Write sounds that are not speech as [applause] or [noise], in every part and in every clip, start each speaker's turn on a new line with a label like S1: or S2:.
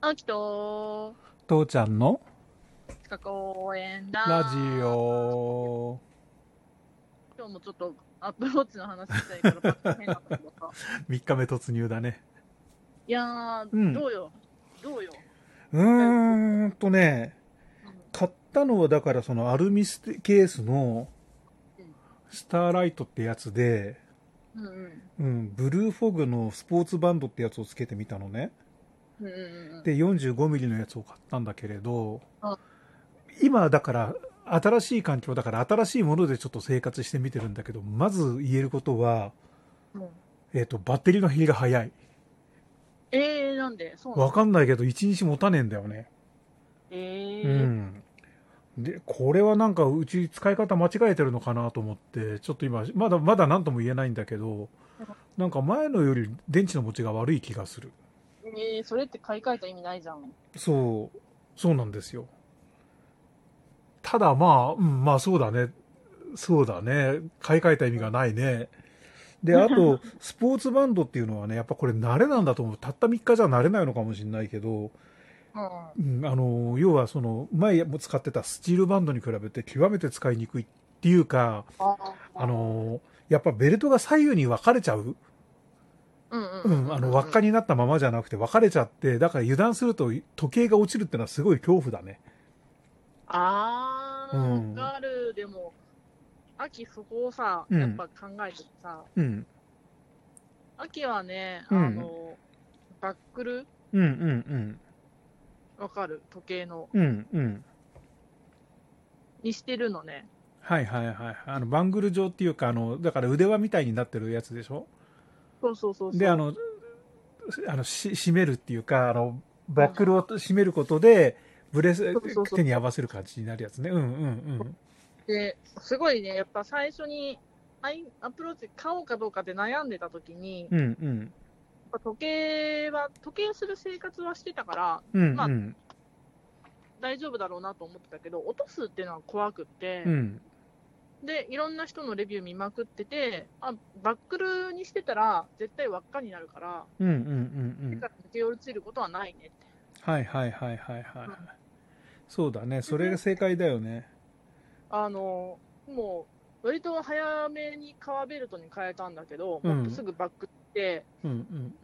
S1: あきと
S2: 父ちゃんの
S1: 近く応援だ
S2: ラジオ
S1: 今日もちょっとアップローチの話したいからパッと変なことが
S2: [laughs]
S1: さ
S2: 3日目突入だね
S1: いやー、
S2: うん
S1: どうよどうよ、
S2: うーんとね
S1: うん
S2: 買ったのはだからそのアルミステケースの
S1: うん
S2: スターライトってやつで、
S1: うんうん
S2: うん、ブルーフォグのスポーツバンドってやつをつけてみたのね
S1: うんうんうん
S2: で 45mm のやつを買ったんだけれど
S1: あ
S2: 今だから新しい環境だから新しいものでちょっと生活してみてるんだけどまず言えることは、
S1: うん
S2: えっとバッテリーの減りが早い
S1: えー、なんでそうな
S2: わ
S1: の
S2: かんないけど1日持たねえんだよね
S1: えー、
S2: うんでこれはなんかうち使い方間違えてるのかなと思ってちょっと今まだまだ何とも言えないんだけどなんか前のより電池の持ちが悪い気がする
S1: えー、それって買い替えた意味ないじゃん
S2: そう、そうなんですよ。ただまあ、うん、まあそうだね。そうだね。買い替えた意味がないね。で、あ [laughs] と、スポーツバンドっていうのはね、やっぱこれ慣れなんだと思う。たった3日じゃ慣れないのかもしれないけど、
S1: うん
S2: うん、あの、要はその、前も使ってたスチールバンドに比べて極めて使いにくいっていうか、
S1: あ
S2: あの、やっぱベルトが左右に分かれちゃう
S1: うんう
S2: うんん、あの、輪っかになったままじゃなくて分かれちゃって、だから油断すると時計が落ちるってのはすごい恐怖だね。
S1: あー
S2: うん
S1: わかる、でも秋そこをさ
S2: うん
S1: やっぱ考えてさ、
S2: うん。
S1: 秋はね、
S2: うん
S1: あの、バックル、
S2: うんうん
S1: わかる、時計の、
S2: うん。うんうん。
S1: にしてるのね。
S2: はいはいはい。あの、バングル状っていうか、あの、だから腕輪みたいになってるやつでしょ
S1: そうそうそうそう。
S2: で、あの、あの、し、締めるっていうか、あの、バックルを締めることで、ブレス
S1: そうそう、そう
S2: 手に合わせる感じになるやつね。うんうん
S1: ですごいね、やっぱ最初に、アイアプローチ買おうかどうかで悩んでた時に、やっ
S2: うん。うんうん。
S1: ぱ時計は、時計する生活はしてたから、
S2: うん
S1: まあ
S2: うん。
S1: 大丈夫だろうなと思ってたけど、落とすっていうのは怖くって、
S2: うん。
S1: で、いろんな人のレビュー見まくってて、あ、バックルにしてたら、絶対輪っかになるから、
S2: うんうんうんう
S1: だ
S2: ん
S1: か。ら抜け落ちることはないねって。
S2: はいはいはいはいはい。そうだね。それが正解だよね。
S1: あのもう割と早めに革ベルトに変えたんだけど、
S2: うん
S1: もっとすぐバックって
S2: うん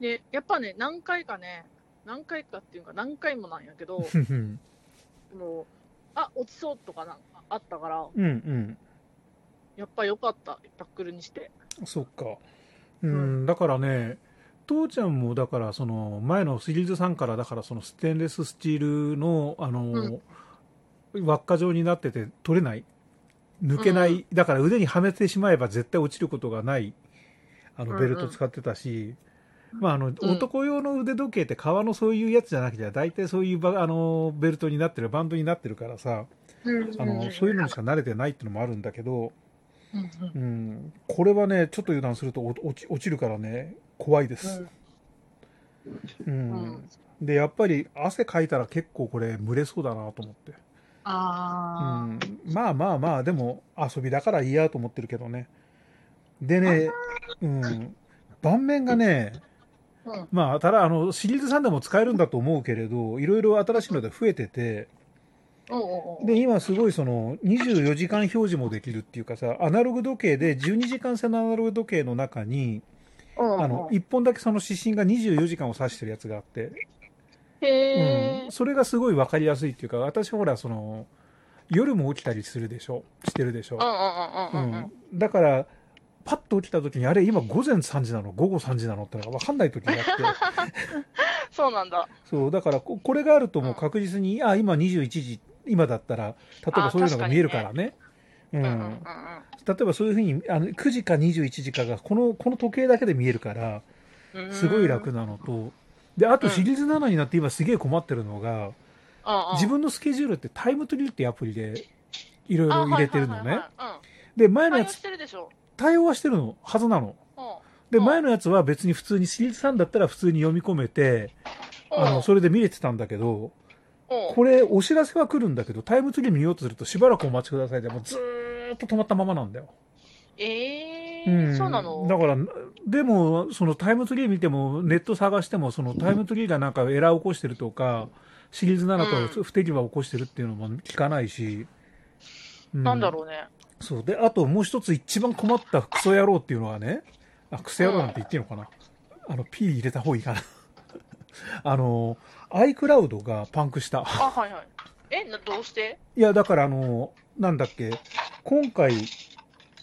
S1: でやっぱね何回かね何回かっていうか何回もなんやけど [laughs]
S2: うん。
S1: もうあ落ちそうとかなんかあったから
S2: うんうん。
S1: やっぱ良かったバックルにして
S2: そっか。うん、だからね、父ちゃんもだから、その前のシリーズ3から、だからそのステンレススチールの、あの、輪っか状になってて取れない。抜けない。だから腕にはめてしまえば絶対落ちることがない、あ
S1: うん
S2: の、
S1: うん
S2: ベルト使ってたし、まあ、あの、
S1: うん
S2: 男用の腕時計って革のそういうやつじゃなくて、大体そういうば、あの、ベルトになってる、バンドになってるからさ、あの、そういうのにしか慣れてないっていうのもあるんだけど、
S1: うん
S2: うん、これはね、ちょっと油断するとお落ち落ちるからね、怖いです。う
S1: うんんうん
S2: で、やっぱり汗かいたら結構これ、蒸れそうだなと思って、う
S1: あー
S2: ん、まあまあまあ、でも遊びだからいいやと思ってるけどね。でね、うん、盤面がね、
S1: うん
S2: まあ、ただあの、シリーズ3でも使えるんだと思うけれど、いろいろ新しいので増えてて、
S1: おうおうおう
S2: で、今すごいその24時間表示もできるっていうかさ、アナログ時計で12時間制のアナログ時計の中に、
S1: おうおう
S2: あの、1本だけその指針が24時間を指してるやつがあって、
S1: へ
S2: うん、
S1: ー
S2: それがすごい分かりやすいっていうか、私ほら、その、夜も起きたりするでしょしてるでしょ
S1: うんうんうんうんうん
S2: うんだから、パッと起きた時に、あれ、今午前3時なの午後3時なのってのが分かんない時があって、
S1: [laughs] そうなんだ
S2: そう、だからこ、これがあるともう確実に、あ、今21時、今だったら、例えばそういうのが見えるからね。う
S1: うん
S2: ん
S1: うんうんうん
S2: 例えばそういうふうにあの9時か21時かがこのこの時計だけで見えるからすごい楽なのとであとシリーズ7になって今すげえ困ってるのが自分のスケジュールってタイムトリーっていうアプリでいろいろ入れてるのね。で前
S1: うんうんうんうん対
S2: のや
S1: 応
S2: つ
S1: してるでしょ。
S2: 対応はしてるのはずなの
S1: う
S2: で
S1: うん
S2: 前のやつは別に普通にシリーズ3だったら普通に読み込めて
S1: んうん
S2: あのそれで見れてたんだけど
S1: うん
S2: これお知らせは来るんだけどタイムトリー見ようとするとしばらくお待ちくださいでもうずーっと止まったままなんだよ
S1: ええーそうなの
S2: だから、でも、そのタイムツリー見ても、ネット探しても、そのタイムツリーがなんかエラー起こしてるとか、シリーズ7
S1: う
S2: と不手際起こしてるっていうのも聞かないし、う
S1: なんだろうね。
S2: そう。で、あともう一つ一番困ったクソ野郎っていうのはね、あ、クソ野郎なんて言っていいのかな。あの、P 入れた方がいいかな。 [laughs] あの、iCloud がパンクした。
S1: あ、はいはい。え、などうして
S2: いや、だからあの、なんだっけ、今回、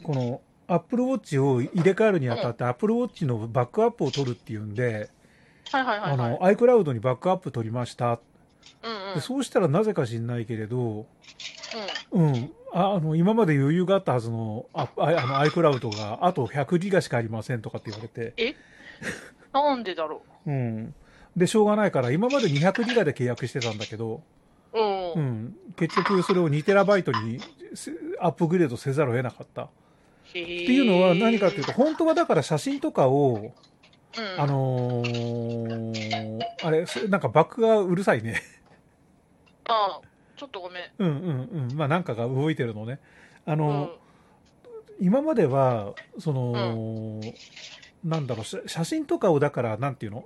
S2: この、Apple Watch を入れ替えるにあたって、Apple Watch のバックアップを取るっていうんで、
S1: はいはいは
S2: あ
S1: い、はい。
S2: の、iCloud にバックアップ取りました。
S1: うんうん。
S2: でそうしたらなぜか知んないけれど、
S1: うん
S2: うん。ああの、今まで余裕があったはずの、あ、ああの、iCloud が、あと100ギガしかありませんとかって言われて。
S1: なんでだろ
S2: うん。で、しょうがないから、今まで200ギガで契約してたんだけど、
S1: う。うん。
S2: うん。結局、それを2テラバイトにせアップグレードせざるを得なかった。っ
S1: って
S2: ていうのは何かっていうと、、本当はだから写真とかを、
S1: うん、
S2: あのーあれ、そなんかバックがうるさいね。 [laughs]
S1: あちょっとごめん。
S2: うんうんうん。まあなんかが動いてるのね。あ
S1: う
S2: の
S1: ん。
S2: 今まではその、なんだろう写写真とかをだからなんていうの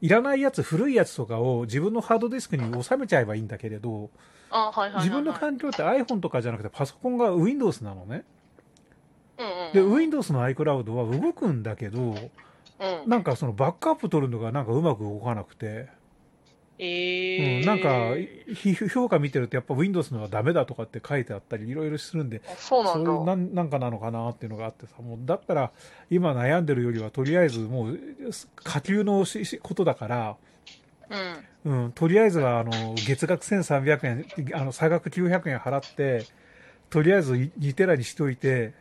S2: いらないやつ古いやつとかを自分のハードディスクに収めちゃえばいいんだけれど
S1: あはいはいはい、はい。
S2: 自分の環境って iPhone とかじゃなくてパソコンが Windows なのね
S1: うんうん、
S2: で Windows の iCloud は動くんだけど
S1: うん、
S2: なんかそのバックアップ取るのがなんかうまく動かなくて、
S1: え
S2: う
S1: ー
S2: ん、なんかひ評価見てるとやっぱ Windows のはダメだとかって書いてあったりいろいろするんで
S1: あそうな
S2: そ
S1: ん
S2: う
S1: だ。
S2: いうなんなんかなのかなっていうのがあってさもうだったら今悩んでるよりはとりあえずもうす下級のししことだから、
S1: うん。
S2: うん、とりあえずはあの月額1300円あの差額900円払ってとりあえずい2テラにしといて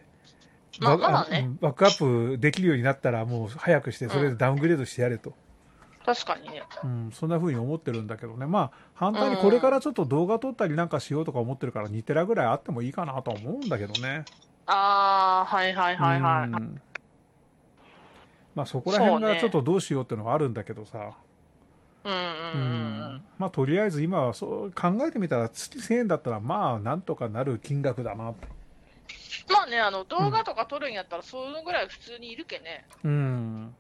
S1: まあ
S2: バ
S1: まあね
S2: うんバックアップできるようになったらもう早くしてそれでダウングレードしてやれと、
S1: 確かにね。
S2: うんそんな風に思ってるんだけどねまあ反対にこれからちょっと動画撮ったりなんかしようとか思ってるから2テラぐらいあってもいいかなとは思うんだけどね。
S1: あーはいはいはいは
S2: う
S1: い。
S2: んまあそこら辺
S1: そう
S2: が
S1: ね
S2: ちょっとどうしようっていうのがあるんだけどさ、
S1: うん
S2: う
S1: うん
S2: んまあとりあえず今はそう考えてみたら月1000円だったらまあなんとかなる金額だなって
S1: まあね、あの動画とか撮るんやったら、そのぐらい普通にいるけね。
S2: うん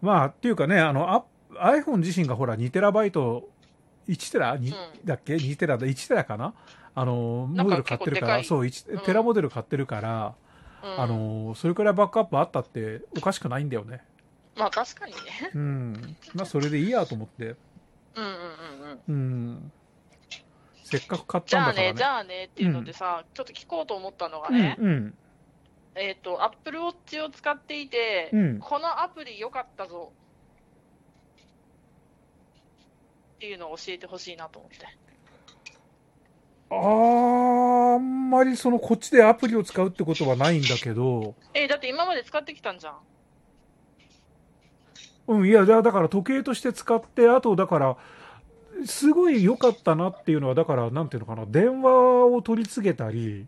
S2: まあっていうかねあのあ iPhone 自身がほら2テラバイト1テラ、に
S1: うん
S2: だっけ2テラだ1テラかなあの
S1: なん
S2: モデ
S1: か
S2: ル買ってるから
S1: 結
S2: そ
S1: 構
S2: う
S1: うん
S2: 1テラモデル買ってるから、
S1: うん、
S2: あのそれくらいバックアップあったっておかしくないんだよね
S1: まあ確かにね。
S2: うんまあそれでいいやと思って
S1: うんうんうんうん。
S2: うんせっかく買っ
S1: じゃ
S2: た
S1: あ
S2: んだからね。
S1: ね、じゃあねっていうのでさ、ちょっと聞こうと思ったのがね、
S2: うんうん
S1: えっ、と、Apple Watch を使っていて、
S2: うん
S1: このアプリ良かったぞっていうのを教えてほしいなと思って。
S2: あーあんまりそのこっちでアプリを使うってことはないんだけど、
S1: えだって今まで使ってきたんじゃん。
S2: うん、いや、だだから時計として使って、あとだから、すごい良かったなっていうのは、だから、なんていうのかな、電話を取り次げたり、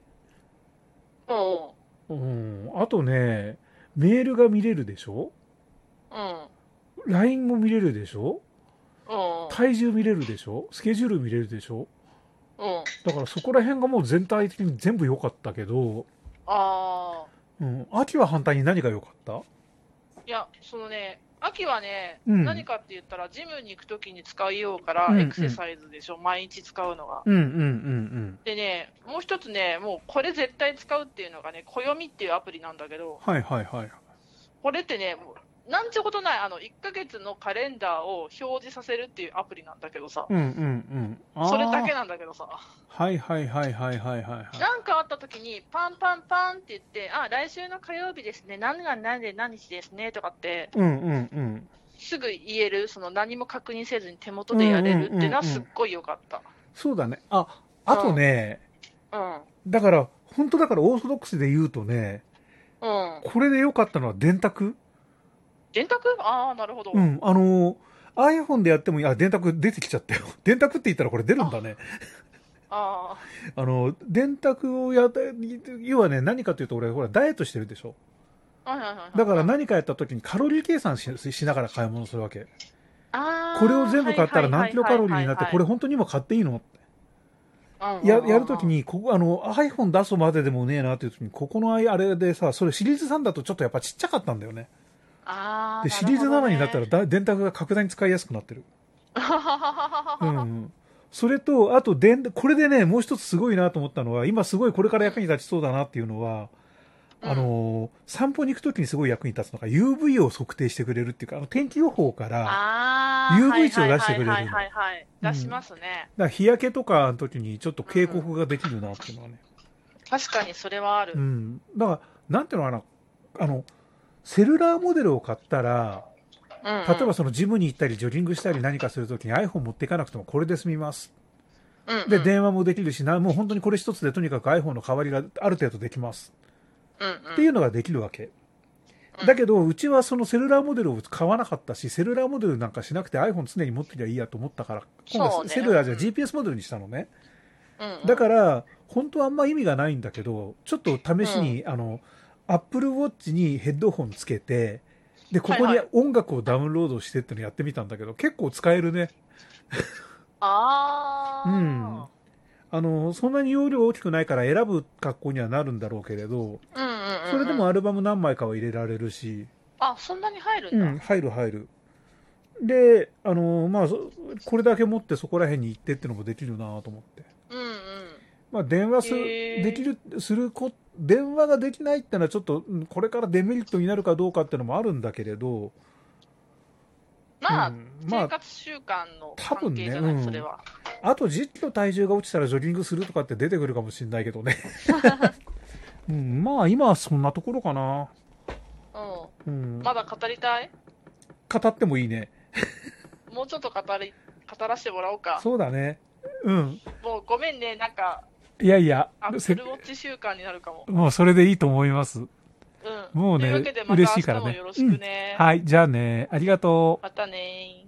S1: うん。
S2: うん、あとね、メールが見れるでしょ
S1: うん。
S2: ?LINE も見れるでしょ
S1: うん。
S2: 体重見れるでしょスケジュール見れるでしょ
S1: うん。
S2: だからそこら辺がもう全体的に全部良かったけど、
S1: あ
S2: うん、秋は反対に何が良かった
S1: ー。いや、そのね、秋はね、
S2: うん
S1: 何かって言ったら、ジムに行くときに使いようから
S2: う、ん
S1: エクササイズでしょ、毎日使うのが。
S2: うんうんうん
S1: でね、もう一つね、もうこれ絶対使うっていうのがね、暦っていうアプリなんだけど、
S2: うん。はいはいはい。
S1: これってね、もうなんちゅうことない、あの、1ヶ月のカレンダーを表示させるっていうアプリなんだけどさ、
S2: うんうんうん。あー
S1: それだけ。なんだけどさ。
S2: はいはいはいはいはいはい。
S1: なんかあった時に、パンパンパンって言って、あ、来週の火曜日ですね、何が何で何日ですねとかって、
S2: うんうんうん。
S1: すぐ言える、その何も確認せずに手元でやれるっていうのは、
S2: うんうんうんうん
S1: すっごい良かった。
S2: そうだね。あ、あとね、
S1: うん。
S2: だから、本当だからオーソドックスで言うとね、
S1: うん。
S2: これで良かったのは電卓。
S1: 電卓ああ、なるほど。
S2: うん。あのー、iPhone でやってもいい、あ、電卓出てきちゃったよ。 [laughs] 電卓って言ったらこれ出るんだね。
S1: あ
S2: あの、電卓をやった、要はね、何かというと俺、ほら、ダイエットしてるでしょ。
S1: あ。はいはいはいはい。
S2: だから何かやった時にカロリー計算ししながら買い物するわけ。
S1: あー
S2: これを全部買ったら何キロカロリーになって、これ、本当に今買っていいの
S1: うん
S2: ややるとき、にここあの iPhone 出すまででもねえなっていうときにここのあいあれでさそれシリーズ3だとちょっとやっぱちっちゃかったんだよね
S1: あ
S2: でシリーズ7に
S1: [laughs]
S2: なった
S1: ら、
S2: らだ電卓が格段に使いやすくなってる、う
S1: うん
S2: ん、それとあと電これでねもう一つすごいなと思ったのは今すごいこれから役に立ちそうだなっていうのは、あの散歩に行くときにすごい役に立つのが UV を測定してくれるっていうかあの天気予報から
S1: あー
S2: UV 値を出してくれる
S1: はいはいはいはいはい、
S2: うん
S1: 出しますね、
S2: だから日焼けとかの時にちょっと警告ができるなっていうのはね、
S1: 確かにそれはある、
S2: う
S1: うん
S2: ん、だから、なんていうのかな、あのセルラーモデルを買ったら、
S1: うん
S2: 例えばそのジムに行ったり、ジョギングしたり、何かするときに iPhone 持っていかなくても、これで済みます、
S1: うんうん
S2: で、電話もできるしな、もう本当にこれ一つで、とにかく iPhone の代わりがある程度できます
S1: うん
S2: っていうのができるわけ
S1: う。ん
S2: だけど、うちはそのセルラーモデルを買わなかったし、セルラーモデルなんかしなくて iPhone 常に持ってりゃいいやと思ったから、今
S1: そう
S2: 度
S1: ね
S2: セルラーじゃ
S1: うん
S2: GPS モデルにしたのね。
S1: うんうん
S2: だから、本当はあんま意味がないんだけど、ちょっと試しに、あの、Apple Watch にヘッドホンつけて、で、ここ
S1: はい
S2: に
S1: は
S2: 音楽をダウンロードしてってのやってみたんだけど、結構使えるね。
S1: ああ、
S2: うんあの、そんなに容量大きくないから選ぶ格好にはなるんだろうけれど、
S1: うんうんうん、
S2: それでもアルバム何枚かは入れられるし、
S1: あそんなに入るん
S2: う
S1: だ、
S2: ん、入る入る。で、あの、まあ、そこれだけ持ってそこら辺に行ってってのもできるなと思って。
S1: うんうん
S2: まあ、電話する、
S1: へー
S2: できる、するこ、電話ができないってのはちょっと、うんこれからデメリットになるかどうかってのもあるんだけれど、
S1: まあ、
S2: うんま
S1: 生
S2: あ、
S1: 活習慣の関係じゃな
S2: 多
S1: い、
S2: 分ねうん
S1: それは
S2: あと10キロ体重が落ちたらジョギングするとかって出てくるかもしれない
S1: [laughs]
S2: けどね。うん、まあ、今はそんなところかな。
S1: う
S2: うん
S1: ん、。まだ語りたい
S2: 語ってもいいね。
S1: もうちょっと語り語らせてもらおうか
S2: そうだね。うん。
S1: もうごめんねなんか
S2: いやいや、
S1: アップ
S2: せ
S1: ルウォッチ習慣になるかも、
S2: もうそれでいいと思います。
S1: うん、
S2: もうね
S1: というわけでまた
S2: 嬉
S1: 明
S2: しい
S1: 日
S2: からね
S1: もよろしくね、
S2: はい、じゃあね、ありがとう。
S1: またねー